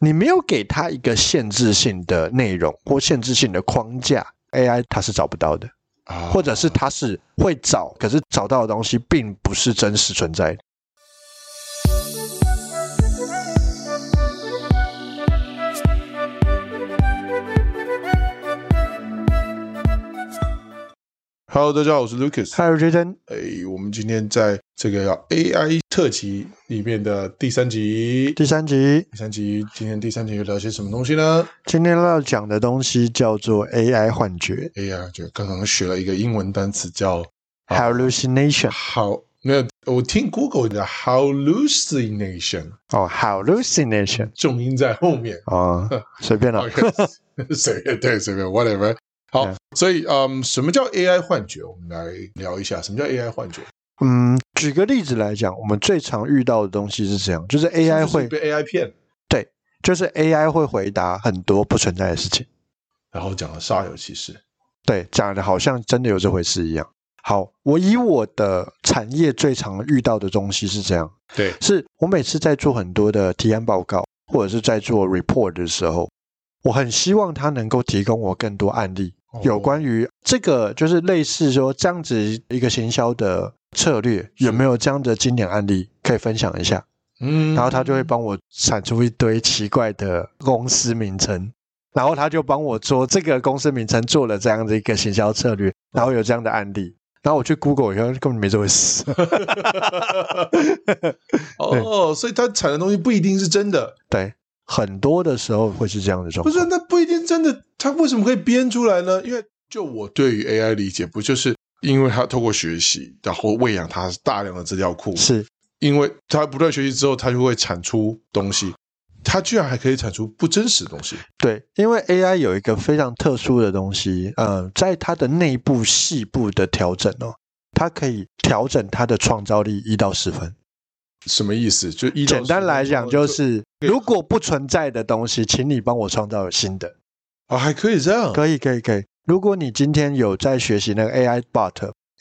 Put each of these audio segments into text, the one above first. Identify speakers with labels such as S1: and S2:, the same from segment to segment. S1: 你没有给它一个限制性的内容或限制性的框架，AI 它是找不到的，
S2: 啊
S1: 或者是它是会找，可是找到的东西并不是真实存在的。
S2: Hello，大家好，我是 Lucas。
S1: Hi, Jaden，
S2: 哎，我们今天在这个 AI 特辑里面的第三集，
S1: 第三集，
S2: 第三集，今天第三集又聊些什么东西呢？
S1: 今天要讲的东西叫做 AI 幻觉
S2: 哎呀，就刚刚学了一个英文单词叫
S1: 哦
S2: 啊
S1: （hallucination）。
S2: how，没有，我听 Google 的 hallucination，
S1: 哦，hallucination
S2: 重音在后面。
S1: 哦，随便了。
S2: OK，随 便对随便 whatever。好
S1: Yeah
S2: 所以嗯，什么叫 AI 幻觉？我们来聊一下什么叫 AI 幻觉。
S1: 嗯，举个例子来讲，我们最常遇到的东西是这样，就是 AI
S2: 是不是
S1: 会，
S2: 被 AI 骗，
S1: 就是 AI 会回答很多不存在的事情。
S2: 然后讲的煞有其事。
S1: 对，讲的好像真的有这回事一样。好，我以我的产业最常遇到的东西是这样，
S2: 对，
S1: 是我每次在做很多的提案报告或者是在做 report 的时候，我很希望它能够提供我更多案例，
S2: 哦
S1: 有关于这个就是类似说这样子一个行销的策略有没有这样的经典案例可以分享一下，
S2: 嗯，
S1: 然后他就会帮我产出一堆奇怪的公司名称。然后他就帮我做这个公司名称做了这样的一个行销策略，然后有这样的案例，然后我去 Google 以后根本没这回事，
S2: 哦，所以他产的东西不一定是真的，
S1: 对，很多的时候会是这样的状
S2: 不
S1: 况。
S2: 是那不一定真的，他为什么可以编出来呢？因为就我对于 AI 理解，不就是因为他透过学习，然后喂养他大量的资料库，
S1: 是
S2: 因为他不断学习之后，他就会产出东西，他居然还可以产出不真实的东西。
S1: 对，因为 AI 有一个非常特殊的东西，嗯、在它的内部细部的调整哦，它可以调整它的创造力一到十分。
S2: 什么意思？就一到
S1: 简单来讲就
S2: 十分
S1: 是，如果不存在的东西，请你帮我创造新的。
S2: 钟啊，还可以这样，
S1: 可以，可以，可以。如果你今天有在学习那个 AI bot、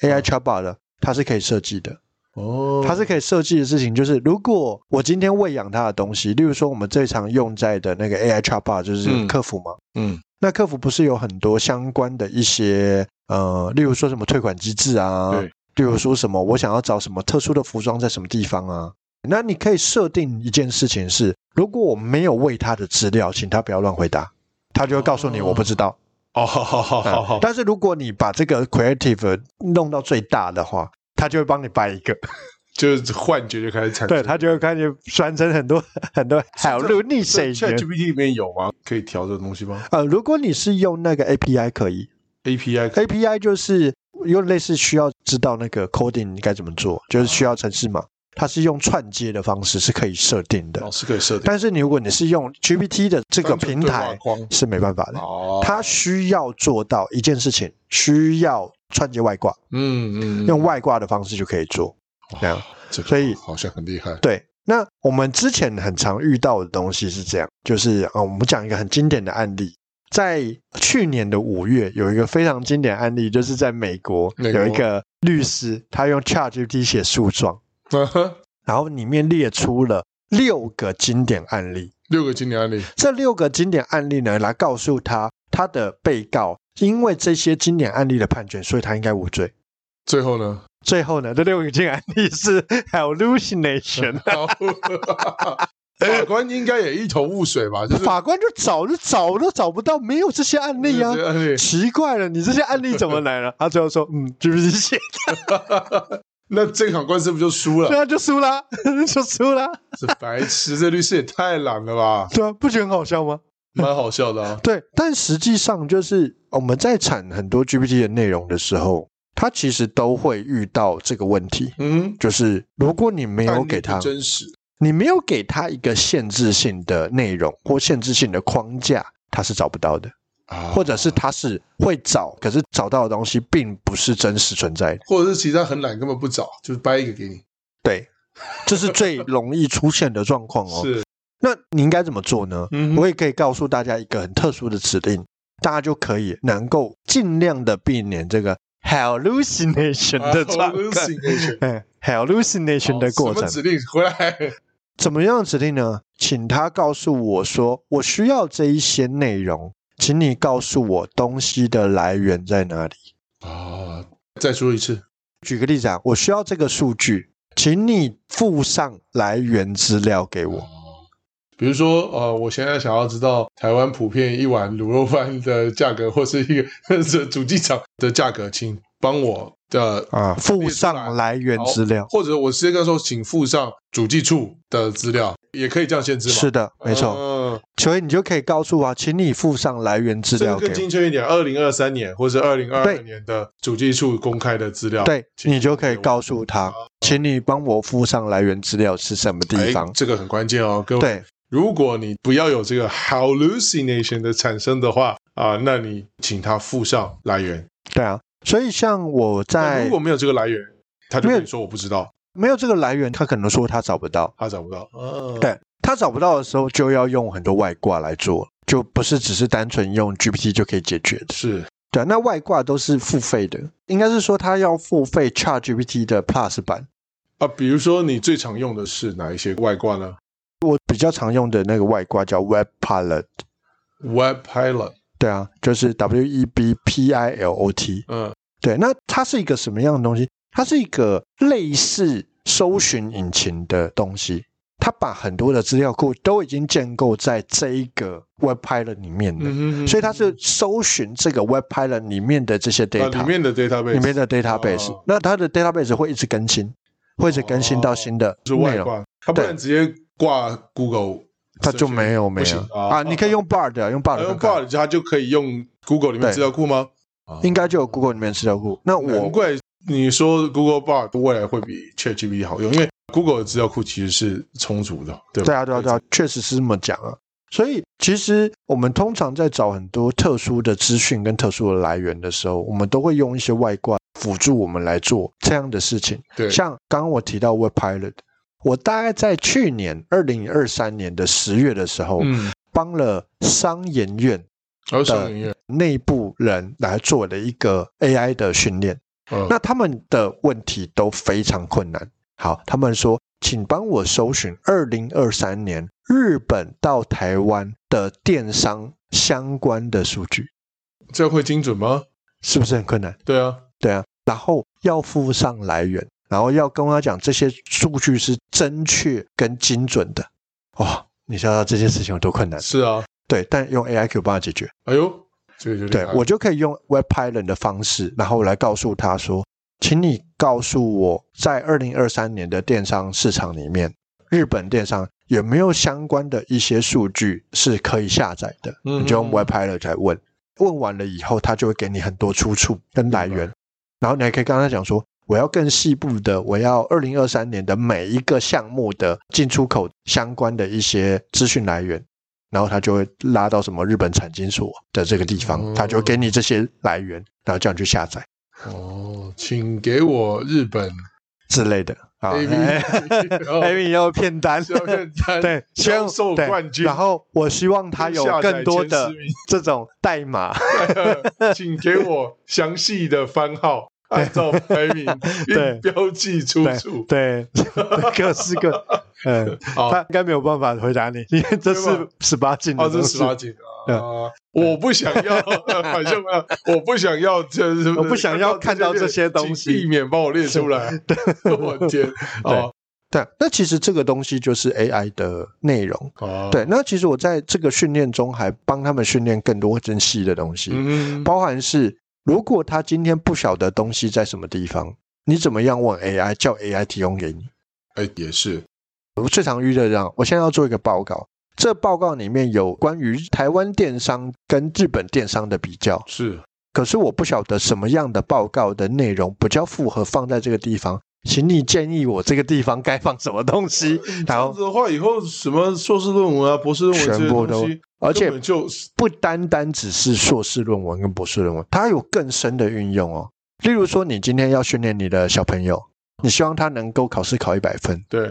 S1: AI
S2: 嗯
S1: chatbot 的，它是可以设计的。
S2: 哦，
S1: 它是可以设计的事情，就是如果我今天喂养它的东西，例如说我们最常用在的那个 AI chatbot 就是
S2: 嗯
S1: 客服嘛，
S2: 嗯
S1: 那客服不是有很多相关的一些呃，例如说什么退款机制啊，
S2: 对
S1: 例如说什么我想要找什么特殊的服装在什么地方啊，那你可以设定一件事情是，如果我没有喂他的资料，请他不要乱回答。他就会告诉你
S2: 哦
S1: 我不知道，
S2: 哦，好好好好好
S1: 嗯，但是如果你把这个 creative 弄到最大的话，他就会帮你掰一 个，
S2: 就是幻觉就开始产生。
S1: 对他就会开始酸成很多很多好 路逆水
S2: 在
S1: 源。
S2: ChatGPT 里面有吗？可以调这个东西吗
S1: 呃，如果你是用那个 API 可以，
S2: ？API 可以
S1: API 就是有类似需要知道那个 coding 该怎么做，就是需要程式码，它是用串接的方式是可以设定的
S2: 老。师可以设定
S1: 但是你如果你是用 GPT 的这个
S2: 单纯
S1: 平
S2: 哦对话
S1: 台
S2: 框
S1: 是没办法的，
S2: 哦，
S1: 它需要做到一件事情，需要串接外挂，
S2: 嗯嗯，
S1: 用外挂的方式就可以做。这样，
S2: 这个
S1: 所以
S2: 好像很厉害。
S1: 对，那我们之前很常遇到的东西是这样，就是啊、呃我们讲一个很经典的案例，在去年的五月有一个非常经典案例，就是在美国
S2: 美国
S1: 有一个律师，他用 ChatGPT 写诉状，然后里面列出了六个经典案例。
S2: 六个经典案例，
S1: 这六个经典案例呢，来告诉他他的被告，因为这些经典案例的判决，所以他应该无罪。
S2: 最后 呢？
S1: 最后呢，这六个经典案例是 hallucination。
S2: 好法官应该也一头雾水吧？就是
S1: 法官就找就找都找不到，没有这些案例啊
S2: 这。个案例，
S1: 奇怪了，你这些案例怎么来了？ 他最后说，嗯，GPT 写的，
S2: 那这场官司不就输
S1: 对
S2: 了？
S1: 啊，就输啦， 就输啦，
S2: 这白痴，这律师也太懒了吧，
S1: 对啊，不觉得很好笑吗？
S2: 蛮好笑的啊。
S1: 对，但实际上就是我们在产很多 GPT 的内容的时候，它其实都会遇到这个问题，
S2: 嗯，
S1: 就是如果你没
S2: 没
S1: 有给它，
S2: 真实，
S1: 你没有给它一个限制性的内容或限制性的框架，它是找不到的，
S2: 啊
S1: 或者是它是会找，可是找到的东西并不是真实存在的。
S2: 或者是其实他很懒，根本不找，就是掰一个给你。
S1: 对，这是最容易出现的状况哦。
S2: 是，
S1: 那你应该怎么做呢？
S2: 嗯
S1: 我也可以告诉大家一个很特殊的指令，大家就可以能够尽量的避免这个
S2: 啊
S1: hallucination 的状况
S2: Hallucination
S1: 嗯 hallucination 的过
S2: 哦什
S1: 程
S2: 么。指令回来？
S1: 怎么样指令呢？请他告诉我说，我需要这一些内容，请你告诉我东西的来源在哪里。
S2: 啊，再说一次，
S1: 举个例子啊，我需要这个数据，请你附上来源资料给我。
S2: 比如说，呃，我现在想要知道台湾普遍一碗卤肉饭的价格，或是一个 这主机厂的价格，请帮我的
S1: 啊，附
S2: 列出来
S1: 上来源资料。
S2: 或者我直接跟他说，请附上主计处的资料，也可以这样限制吗？
S1: 是的，没错。
S2: 嗯，
S1: 所以你就可以告诉我啊，请你附上来源资
S2: 这
S1: 料
S2: 个
S1: 给
S2: 更
S1: 我。
S2: 精确一点，二零二三年或者二零二
S1: 对
S2: 二年的主计处公开的资料，
S1: 对
S2: 请
S1: 你就可以告诉他，请你帮我附上来源资料是什么地
S2: 哎
S1: 方。
S2: 这个很关键哦，各位。
S1: 对，
S2: 如果你不要有这个 hallucination 的产生的话啊、那你请他附上来源。
S1: 对啊。所以像我
S2: 那
S1: 在
S2: 如果没有这个来源，他就
S1: 没有
S2: 跟你说我不知道，
S1: 没有这个来源，他可能说他找不到。
S2: 他找不到。嗯，
S1: 对他找不到的时候，就要用很多外挂来做，就不是只是单纯用 GPT 就可以解决的。
S2: 是
S1: 对啊，那外挂都是付费的，应该是说他要付费 ChatGPT 的 Plus 版。
S2: 啊。比如说你最常用的是哪一些外挂呢
S1: 我比较常用的那个外挂叫 Web Pilot，
S2: ？Web Pilot，
S1: 对啊，就是 W E B P I L O T。
S2: 嗯，
S1: 对，那它是一个什么样的东西？它是一个类似搜寻引擎的东西，它把很多的资料库都已经建构在这一个 Web Pilot 里面的，
S2: 嗯
S1: 所以它是搜寻这个 Web Pilot 里面的这些
S2: 啊
S1: data，、
S2: 里面的 database，
S1: 里面的 database、
S2: 哦
S1: 那它的 database 会一直更新，会一直更新到新的
S2: 哦是外
S1: 内容，
S2: 挂，他不能直接挂 Google，
S1: 它就没有没有
S2: 不行啊
S1: 你可以用 Bard，啊用 Bard，
S2: 用
S1: 看看
S2: Bard，他就可以用 Google 里面
S1: 对
S2: 资料库吗？啊
S1: 应该就有 Google 里面资料库。那我
S2: 难怪你说 Google Bard 未来会比 ChatGPT 好用，因为 Google 的资料库其实是充足的，对吧？
S1: 对啊，对啊，对啊，确实是这么讲啊。所以其实我们通常在找很多特殊的资讯跟特殊的来源的时候，我们都会用一些外挂辅助我们来做这样的事情。
S2: 对
S1: 像刚刚我提到 Web Pilot，我大概在去年二零二三年的十月的时候，
S2: 嗯，
S1: 帮了商研院
S2: 还有上影院，
S1: 内部人来做了一个 AI 的训练。
S2: 嗯
S1: 那他们的问题都非常困难。好，他们说，请帮我搜寻二零二三年日本到台湾的电商相关的数据，
S2: 这会精准吗？
S1: 是不是很困难？
S2: 对啊，
S1: 对啊，然后要附上来源，然后要跟他讲这些数据是正确跟精准的。哇、你想想这件事情有多困难？
S2: 是啊，
S1: 对，但用 AI 可以帮他解决。
S2: 哎呦，这个就厉
S1: 对
S2: 害
S1: 我就可以用 Web Pilot 的方式，然后来告诉他说，请你告诉我，在二零二三年的电商市场里面，日本电商有没有相关的一些数据是可以下载的？
S2: 嗯
S1: 你就用
S2: 嗯
S1: Web Pilot 来问，问完了以后，他就会给你很多出处跟来源，然后你还可以跟他讲说。我要更细部的，我要二零二三年的每一个项目的进出口相关的一些资讯来源，然后他就会拉到什么日本产经所的这个地方，
S2: 哦
S1: 他就会给你这些来源，然后叫你去下载
S2: 哦，请给我日本
S1: 之类的啊。
S2: A V 哦
S1: 艾米要骗单，
S2: 销量 单，
S1: 对，希望
S2: 销售
S1: 对
S2: 冠军
S1: 然后我希望他有更多
S2: 下载
S1: 的
S2: 前十
S1: 这种代码，
S2: 名 请给我详细的番号，按照排名
S1: 对
S2: 并标记出处。
S1: 对， 各式各，嗯，
S2: 好
S1: 他，应该没有办法回答你，因为这
S2: 对
S1: 是
S2: 吧
S1: 十八禁的
S2: 哦，
S1: 东
S2: 这是
S1: 西
S2: 十，八禁的啊！我不想 要，反正我不想要，就是
S1: 我不想要看到这些东西
S2: 请避免帮我列出 来。 我天，哦
S1: 对，那其实这个东西就是 AI 的内容。
S2: 哦，
S1: 对，，那其实我在这个训练中还帮他们训练更多更细的东西，
S2: 嗯，
S1: 包含是如果他今天不晓得东西在什么地方，你怎么样问 AI，叫 AI 提供给你。
S2: 哎，也是，
S1: 我最常遇到这样，我现在要做一个报告，这报告里面有关于台湾电商跟日本电商的比较，
S2: 是
S1: 可是我不晓得什么样的报告的内容比较符合放在这个地方，请你建议我这个地方该放什么东西，
S2: 哦这
S1: 然
S2: 样
S1: 后
S2: 子的话，以后什么硕士论文啊、博士论文这些
S1: 全部
S2: 东
S1: 都
S2: 西，，
S1: 而且
S2: 根本就
S1: 不单单只是硕士论文跟博士论文，它有更深的运用哦。例如说，你今天要训练你的小朋友，你希望他能够考试考一百分，
S2: 对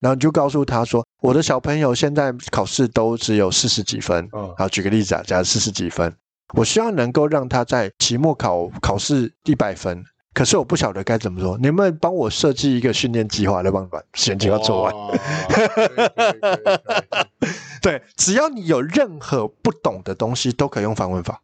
S1: 然后你就告诉他说：“我的小朋友现在考试都只有四十几分。”
S2: 啊，
S1: 好，举个例子啊，假如四十几分，我希望能够让他在期末考考试一百分，可是我不晓得该怎么做，你们帮我设计一个训练计划，来帮你把训练计划做完。
S2: 哇。可以可以可以可以
S1: 对，只要你有任何不懂的东西，都可以用反问法，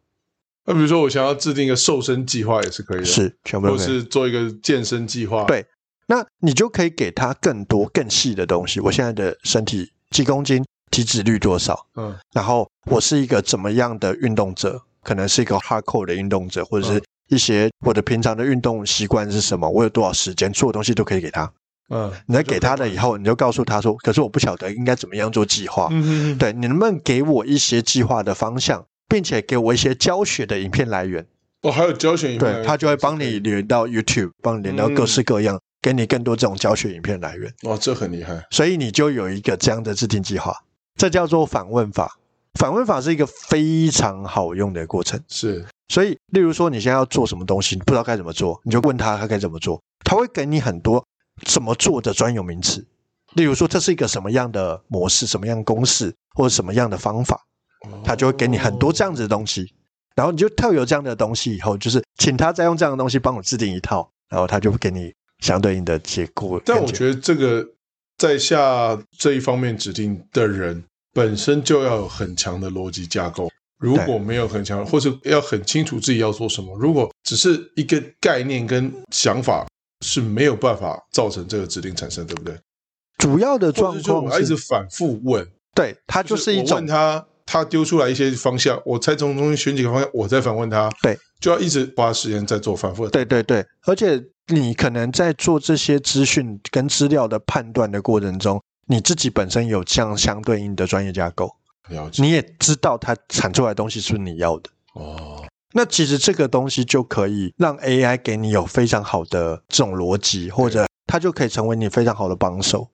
S2: 那比如说，我想要制定一个瘦身计划也是可以的，，
S1: 是全部都
S2: 或
S1: 可以。
S2: 是做一个健身计划，
S1: 对那你就可以给他更多更细的东西。我现在的身体几公斤，体脂率多少，
S2: 嗯，
S1: 然后我是一个怎么样的运动者，可能是一个 hardcore 的运动者，或者是一些我的平常的运动习惯是什么，我有多少时间做的东西都可以给他。
S2: 嗯嗯，
S1: 你在给他了以后，你就告诉他说：“可是我不晓得应该怎么样做计划。
S2: 嗯，嗯，
S1: 对，你能不能给我一些计划的方向，并且给我一些教学的影片来源？
S2: 哦，还有教学影片
S1: 对他就会帮你连到 YouTube，帮你连
S2: 嗯
S1: 到各式各样，给你更多这种教学影片来源。
S2: 哇，哦这很厉害，
S1: 所以你就有一个这样的制定计划，这叫做反问法。反问法是一个非常好用的过程。
S2: 是，
S1: 所以，例如说你现在要做什么东西，你不知道该怎么做，你就问他他该怎么做，他会给你很多怎么做的专有名词。例如说，这是一个什么样的模式、什么样的公式或者什么样的方法，他就会给你很多这样子的东西。然后你就特有这样的东西以后，就是请他再用这样的东西帮我制定一套，然后他就会给你相对应的结果。
S2: 但我觉得这个在下这一方面指定的人本身就要有很强的逻辑架构，如果没有很强，或是要很清楚自己要做什么，如果只是一个概念跟想法是没有办法造成这个指令产生，对不对？
S1: 主要的
S2: 或者
S1: 状
S2: 是说我要
S1: 况
S2: 一直
S1: 是，
S2: 反复问，
S1: 对，它就是一
S2: 我
S1: 种
S2: 问他，他丢出来一些方向，我再从中选几个方向，我再反问他，
S1: 对，
S2: 就要一直花时间在做反复。
S1: 对对对，而且你可能在做这些资讯跟资料的判断的过程中，你自己本身有这样相对应的专业架构，
S2: 了解
S1: 你也知道它产出来的东西是不是你要的。
S2: 哦，
S1: 那其实这个东西就可以让 AI 给你有非常好的这种逻辑，或者它就可以成为你非常好的帮手。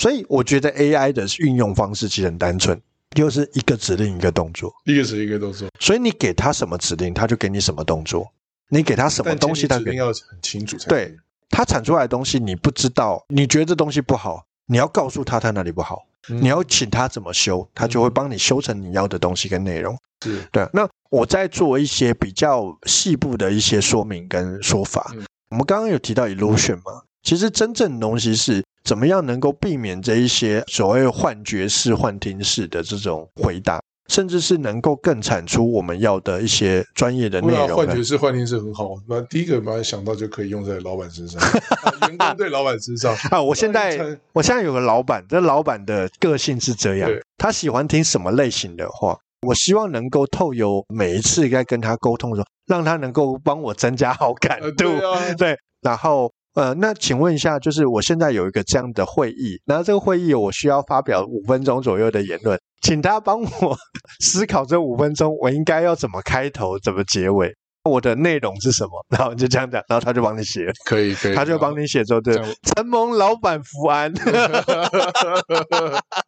S1: 所以我觉得 AI 的运用方式其实很单纯，就是一个指令一个动作。
S2: 一个指一个动作，
S1: 所以你给它什么指令，它就给你什么动作；你给它什么
S2: 但前
S1: 东
S2: 提
S1: 西，它
S2: 指
S1: 给
S2: 令要很清楚才
S1: 对他产出来的东西你不知道，你觉得这东西不好，你要告诉他他哪里不好，
S2: 嗯
S1: 你要请他怎么修，他就会帮你修成你要的东西跟内容。
S2: 是
S1: 对，那我在做一些比较细部的一些说明跟说法。
S2: 嗯
S1: 我们刚刚有提到 illusion 嘛，其实真正的东西是怎么样能够避免这一些所谓幻觉式、幻听式的这种回答，甚至是能够更产出我们要的一些专业的
S2: 不
S1: 内
S2: 然
S1: 容。
S2: 幻觉式幻听是很好，那第一个马上想到就可以用在老板 身上，啊员工对老板身上。
S1: 啊，我现
S2: 当然
S1: 在
S2: 成
S1: 我现在有个老板，这老板的个性是这样
S2: 对，
S1: 他喜欢听什么类型的话，我希望能够透由每一次在跟他沟通的时候，让他能够帮我增加好感
S2: 呃，
S1: 度，
S2: 对啊，
S1: 对，然后。呃，那请问一下，就是我现在有一个这样的会议，然后这个会议我需要发表五分钟左右的言论，请他帮我思考这五分钟我应该要怎么开头，怎么结尾，我的内容是什么，然后你就这样讲，然后他就帮你写了，
S2: 可以可以，
S1: 他就帮
S2: 你。
S1: 你写之后，对
S2: 这样，
S1: 承蒙老板福安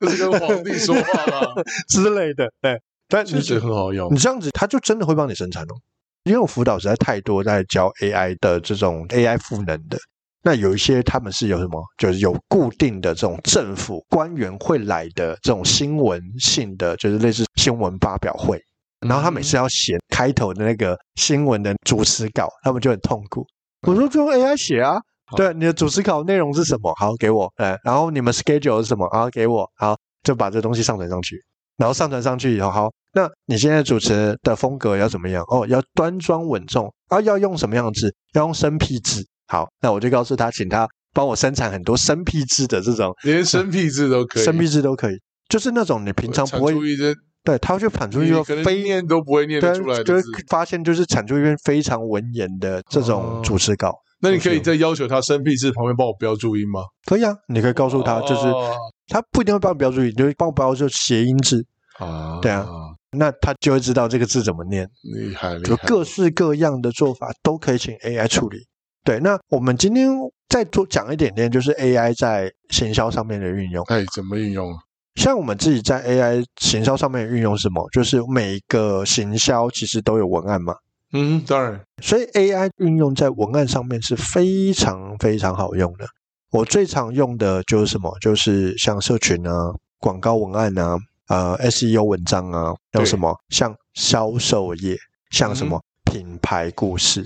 S2: 这是跟皇帝说话 嘛，
S1: 之类的，对。但
S2: 确
S1: 你
S2: 实很好用
S1: 你。这样子，他就真的会帮你生产哦。因为我辅导实在太多在教 AI 的这种 AI 赋能的，那有一些他们是有什么，就是有固定的这种政府官员会来的这种新闻性的，就是类似新闻发表会，然后他每次
S2: 嗯
S1: 要写开头的那个新闻的主持稿，他们就很痛苦。我说就用 AI 写啊，
S2: 好
S1: 对，你的主持稿内容是什么？好，给我，呃，然后你们 schedule 是什么？好，给我，好，就把这东西上传上去，然后上传上去以后，好，那你现在主持的风格要怎么样？哦，要端庄稳重，啊，要用什么样子？要用生僻字。好，那我就告诉他，请他帮我生产很多生僻字的这种
S2: 连生僻字都可以，
S1: 生僻字都可以，就是那种你平常不会
S2: 产出一些
S1: 对，他会去产出一
S2: 你
S1: 个
S2: 可能
S1: 非
S2: 念都不会念得出来
S1: 对，就
S2: 的
S1: 会
S2: 字。
S1: 发现就是产出一篇非常文言的这种
S2: 哦
S1: 主持稿。
S2: 那你可以在要求他生僻字旁边帮我标注音吗？
S1: 可以啊，你可以告诉他，就是、
S2: 哦
S1: 他不一定会帮你标注音，你就帮我标注谐音字，
S2: 啊，
S1: 对啊，那他就会知道这个字怎么念。
S2: 厉害厉
S1: 就
S2: 害，
S1: 各式各样的做法都可以请 AI 处理。对，那我们今天再多讲一点点，就是 AI 在行销上面的运用。
S2: 哎，怎么运用啊？
S1: 像我们自己在 AI 行销上面的运用是什么？就是每一个行销其实都有文案嘛，
S2: 嗯，当然，
S1: 所以 AI 运用在文案上面是非常非常好用的。我最常用的就是什么？就是像社群啊、广告文案啊、呃 SEO 文章啊，还有
S2: 对
S1: 什么像销售业，像什么品牌故事。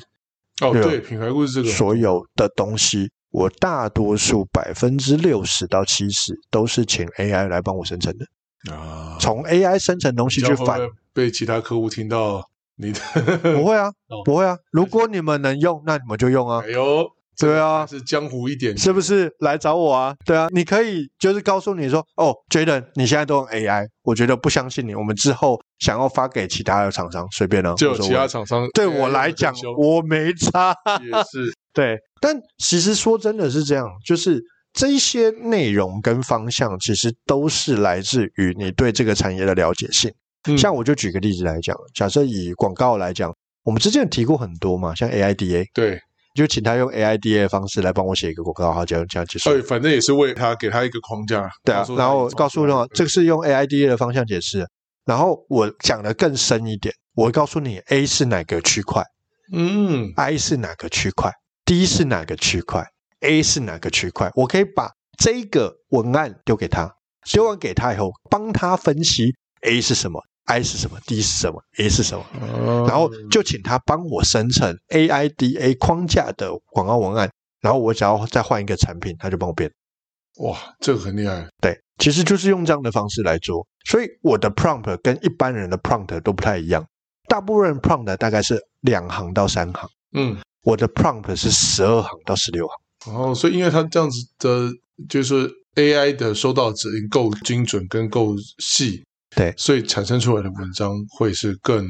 S2: 哦，
S1: 对啊
S2: 对，品牌故事这个
S1: 所有的东西，我大多数百分之六十到七十都是请 AI 来帮我生成的，
S2: 啊，
S1: 从 AI 生成东西
S2: 这
S1: 去
S2: 样会不
S1: 反
S2: 会被其他客户听到你的？
S1: 不会啊
S2: 哦，
S1: 不会啊。如果你们能用，那你们就用啊
S2: 哎，呦，这
S1: 对
S2: 个
S1: 啊
S2: 还是江湖一点，
S1: 是不是？来找我啊，对啊，你可以就是告诉你说，哦，Jaden，你现在都用 AI，我觉得不相信你，我们之后想要发给其他的厂商，随便啊，
S2: 就有
S1: 无所
S2: 其他
S1: 谓
S2: 厂商
S1: 对
S2: 哎呀
S1: 我来
S2: 很
S1: 讲
S2: 凶，
S1: 我没差。
S2: 也 是
S1: 对，但其实说真的是这样，就是这一些内容跟方向，其实都是来自于你对这个产业的了解性。
S2: 嗯
S1: 像我就举个例子来讲，假设以广告来讲，我们之前有提过很多嘛，像 AIDA，
S2: 对，
S1: 就请他用 AIDA 的方式来帮我写一个广告，好，这样这样结束。
S2: 哎，反正也是为他给他一个框架，
S1: 对啊
S2: 告诉，他
S1: 然后
S2: 你怎么
S1: 告诉
S2: 做
S1: 他，这个是用 AIDA 的方向解释。然后我讲的更深一点，我告诉你 A 是哪个区块。
S2: 嗯
S1: I 是哪个区块，D 是哪个区块，A 是哪个区块，我可以把这个文案丢给他，丢完给他以后，帮他分析 A 是什么，I 是什么，D 是什么，A 是什么，然
S2: 然
S1: 后就请他帮我生成 AIDA 框架的广告文案，然后我只要再换一个产品，他就帮我变。
S2: 哇，这个很厉害，
S1: 对，其实就是用这样的方式来做。所以我的 prompt 跟一般人的 prompt 都不太一样，大部分人 prompt 大概是两行到三行。
S2: 嗯，
S1: 我的 prompt 是十二行到十六行，
S2: 然后所以因为他这样子的，就是 AI 的收到指令够精准跟够细，
S1: 对
S2: 所以产生出来的文章会是更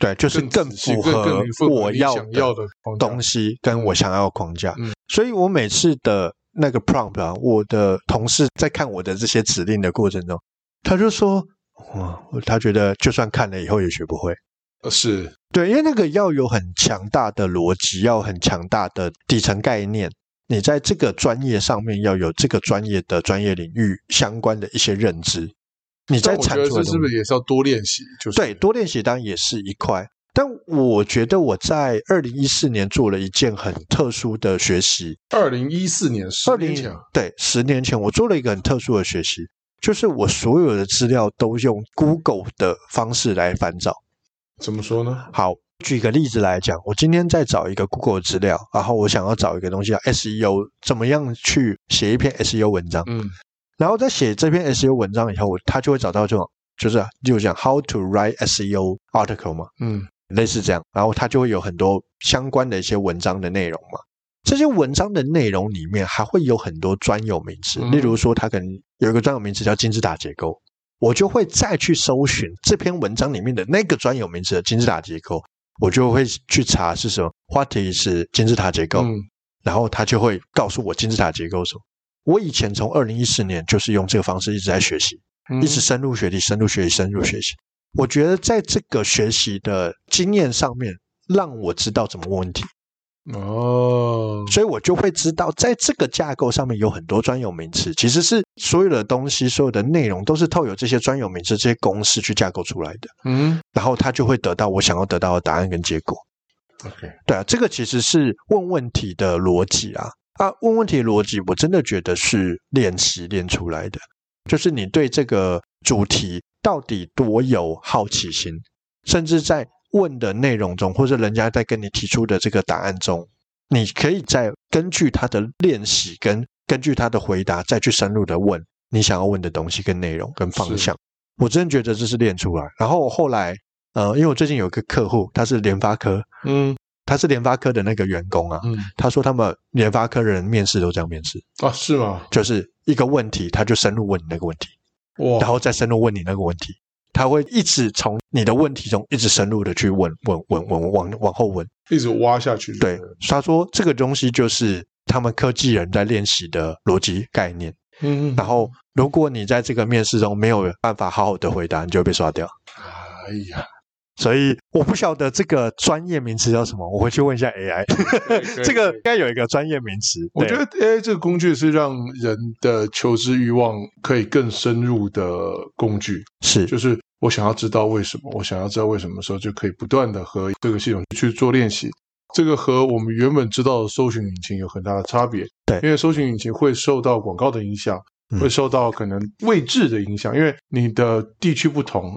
S1: 对，就是更
S2: 更仔细
S1: 符
S2: 更
S1: 合
S2: 更符合
S1: 我
S2: 你
S1: 要
S2: 想要的框架
S1: 东西，跟我想要的框架
S2: 嗯。
S1: 所以我每次的那个 prompt 啊，我的同事在看我的这些指令的过程中，他就说，哇，他觉得就算看了以后也学不会。
S2: 呃是
S1: 对，因为那个要有很强大的逻辑，要很强大的底层概念。你在这个专业上面要有这个专业的专业领域相关的一些认知，你
S2: 但
S1: 在
S2: 我觉
S1: 产
S2: 得
S1: 出的
S2: 这是
S1: 东
S2: 不
S1: 西
S2: 是也是要多练习？就是
S1: 对，多练习当然也是一块。但我觉得我在二零一四年做了一件很特殊的学习。
S2: 二零一四年十
S1: 二
S2: 年
S1: 零
S2: 前啊，
S1: 对十年前，我做了一个很特殊的学习，就是我所有的资料都用 Google 的方式来翻找。
S2: 怎么说呢？
S1: 好，举个例子来讲，我今天在找一个 Google 的资料，然后我想要找一个东西叫 SEO，怎么样去写一篇 SEO 文章？
S2: 嗯
S1: 然后在写这篇 SEO 文章以后，我他就会找到这种，就是例如讲 How to write SEO article 嘛。
S2: 嗯
S1: 类似这样，然后它就会有很多相关的一些文章的内容嘛。这些文章的内容里面还会有很多专有名词，
S2: 嗯
S1: 例如说它可能有一个专有名词叫金字塔结构，我就会再去搜寻这篇文章里面的那个专有名词的金字塔结构，我就会去查是什么，what is 金字塔结构，
S2: 嗯，
S1: 然后它就会告诉我金字塔结构是什么。我以前从二零一四年就是用这个方式一直在学习，
S2: 嗯
S1: 一直深入学习，深入学习，深入学习。我觉得在这个学习的经验上面，让我知道怎么问问题，
S2: 嗯哦，
S1: 所以我就会知道，在这个架构上面有很多专有名词，其实是所有的东西、所有的内容都是透由这些专有名词、这些公式去架构出来的，
S2: 嗯
S1: 然后它就会得到我想要得到的答案跟结果。
S2: ，OK，
S1: 对啊，这个其实是问问题的逻辑啊啊，问问题的逻辑，我真的觉得是练习练出来的，就是你对这个主题到底多有好奇心，甚至在问的内容中，或者人家在跟你提出的这个答案中，你可以再根据他的练习跟根据他的回答，再去深入的问你想要问的东西跟内容跟方
S2: 是
S1: 向。我真的觉得这是练出来。然后后来，呃，因为我最近有一个客户，他是联发科，
S2: 嗯
S1: 他是联发科的那个员工啊，
S2: 嗯
S1: 他说他们联发科人面试都这样面试，
S2: 啊，是吗？
S1: 就是一个问题，他就深入问你那个问题，然
S2: 哇，
S1: 后再深入问你那个问题，他会一直从你的问题中一直深入的去问问问问往往后问。
S2: 一直挖下去，
S1: 对，他说这个东西就是他们科技人在练习的逻辑概念。
S2: 嗯，嗯
S1: 然后如果你在这个面试中没有办法好好的回答，你就会被刷掉。
S2: 哎呀，
S1: 所以我不晓得这个专业名词叫什么，我回去问一下 AI。
S2: 可以
S1: 这个
S2: 可以
S1: 应该有一个专业名词。
S2: 我
S1: 对
S2: 觉得 AI 这个工具是让人的求知欲望可以更深入的工具，
S1: 是
S2: 就是我想要知道为什么，我想要知道为什么的时候，就可以不断的和这个系统去做练习。这个和我们原本知道的搜寻引擎有很大的差别，
S1: 对
S2: 因为搜寻引擎会受到广告的影响，
S1: 嗯
S2: 会受到可能位置的影响，因为你的地区不同，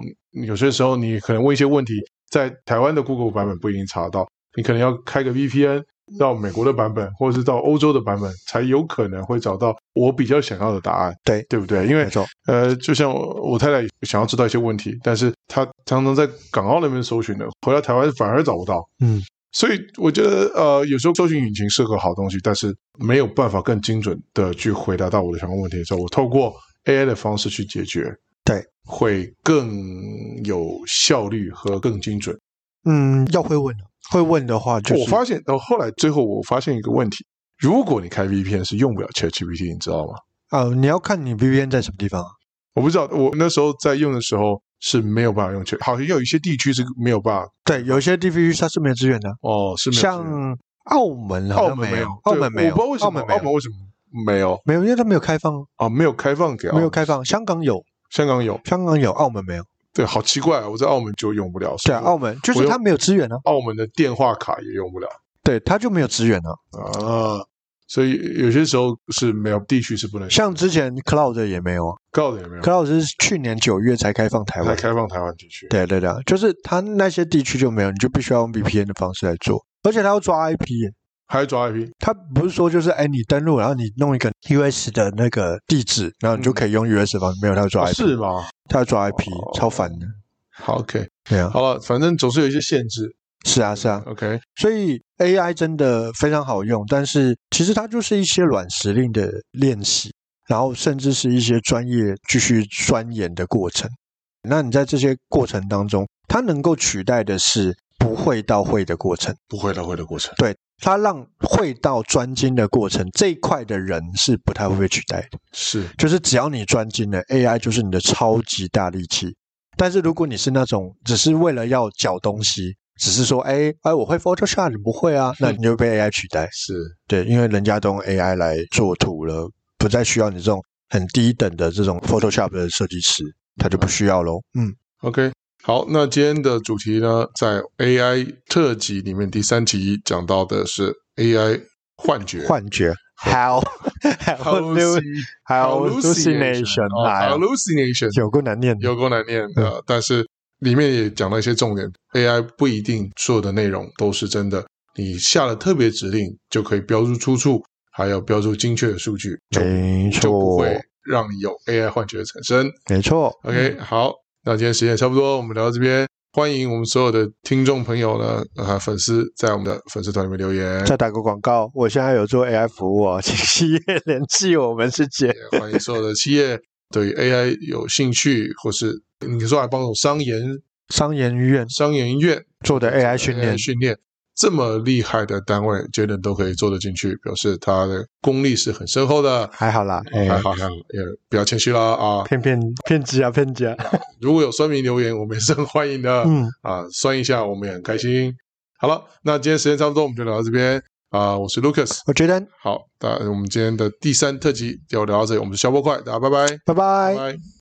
S2: 有些时候你可能问一些问题，在台湾的 Google 版本不一定查到，你可能要开个 VPN 到美国的版本，或者是到欧洲的版本，才有可能会找到我比较想要的答案，
S1: 对
S2: 对不对？因为
S1: 没错，
S2: 呃，就像我我太太想要知道一些问题，但是她常常在港澳那边搜寻的，回到台湾反而找不到。
S1: 嗯，
S2: 所以我觉得，呃，有时候搜寻引擎是个好东西，但是没有办法更精准的去回答到我的相关问题的时候，我透过 AI 的方式去解决，
S1: 对，
S2: 会更有效率和更精准。
S1: 嗯，要会问的，会问的话就是
S2: 我发现到后来，最后我发现一个问题：如果你开 VPN 是用不了 ChatGPT，你知道吗？
S1: 呃，你要看你 VPN 在什么地方啊。
S2: 我不知道，我那时候在用的时候是没有办法用 Chat，好像有一些地区是没有办法
S1: 对，有些地区它是没有资源的，
S2: 哦，是没有
S1: 像澳门好
S2: 澳
S1: 像
S2: 门
S1: 没
S2: 没
S1: 有
S2: 有，，
S1: 澳门没有，
S2: 对我不知道为什
S1: 澳
S2: 么
S1: 门没有，
S2: 为什么没有
S1: 没有，因为它没有开放，
S2: 啊？没有开放给澳
S1: 没有开放。香港有，
S2: 香港有，
S1: 香港有，澳门没有。
S2: 对，好奇怪，啊我在澳门就用不了，
S1: 对啊，
S2: 所以
S1: 澳门就是它没有资源啊，
S2: 澳门的电话卡也用不了
S1: 对，它就没有资源啊。
S2: 啊。所以有些时候是没有地区是不能
S1: 像之前 Cloud 也没有啊
S2: 告的也没有，
S1: ，Cloud 是去年九月才开放台
S2: 才
S1: 湾。
S2: 开放台湾地区。
S1: 对对对啊，就是它那些地区就没有，你就必须要用 VPN 的方式来做，而且它要抓 IP 耶
S2: 还要抓 IP，
S1: 它不是说就是哎，你登录，然后你弄一个 US 的那个地址，然后你就可以用 US 的方式，没有，它要抓
S2: 啊
S1: IP，
S2: 嗯是吗？
S1: 它要抓 IP，
S2: 哦
S1: 超烦的。
S2: 好，OK，
S1: 对啊，
S2: 好了，反正总是有一些限制。
S1: 是啊，是啊，
S2: OK，
S1: 所以 AI 真的非常好用，但是其实它就是一些软实力的练习，然后甚至是一些专业继续钻研的过程。那你在这些过程当中，它能够取代的是不会到会的过程，
S2: 不会的，会的过程。
S1: 它让会到专精的过程这一块的人是不太会被取代的。
S2: 是，
S1: 就是只要你专精了，AI 就是你的超级大利器。但是如果你是那种只是为了要搅东西，只是说，哎哎，我会 Photoshop，你不会啊，那你就被 AI 取代。
S2: 是，
S1: 对，因为人家都用 AI 来做图了，不再需要你这种很低等的这种 Photoshop 的设计师，他就不需要喽。嗯，
S2: OK，好，那今天的主题呢，在 AI 特辑里面第三集讲到的是 AI 幻觉。
S1: 幻觉，how
S2: Halluci-
S1: how
S2: hallucination，
S1: hallucination，
S2: 哦
S1: 哎呦
S2: hallucination
S1: 有够难念的，
S2: 有够难念的，但是里面也讲了一些重点。AI 不一定所有的内容都是真的，你下了特别指令就可以标注出处，还有标注精确的数据，就
S1: 没
S2: 就不
S1: 错，
S2: 会让你有 AI 幻觉的产生。
S1: 没错。
S2: OK，好，那今天时间也差不多，我们聊到这边。欢迎我们所有的听众朋友呢，啊、粉丝在我们的粉丝团里面留言，
S1: 再打个广告，我现在有做 AI 服务哦，请企业联系我们师姐。
S2: 也欢迎所有的企业对 AI 有兴趣，或是嗯你说还包括商研
S1: 商研院
S2: 商研院
S1: 做的 AI 训练
S2: AI，训练这么厉害的单位，Jaden 都可以做得进去，表示他的功力是很深厚的。啊
S1: 还好啦，哎、
S2: 还好，还好，也不要谦虚啦啊！
S1: 骗骗骗子啊，骗家。
S2: 如果有酸民留言，我们也是很欢迎的。
S1: 嗯，
S2: 啊，酸一下我们也很开心。好了，那今天时间差不多，我们就聊到这边啊。我是 Lucas，
S1: 我觉得，
S2: 好，那我们今天的第三特辑就聊到这里，我们是小波快，大家拜拜，
S1: 拜拜
S2: 拜。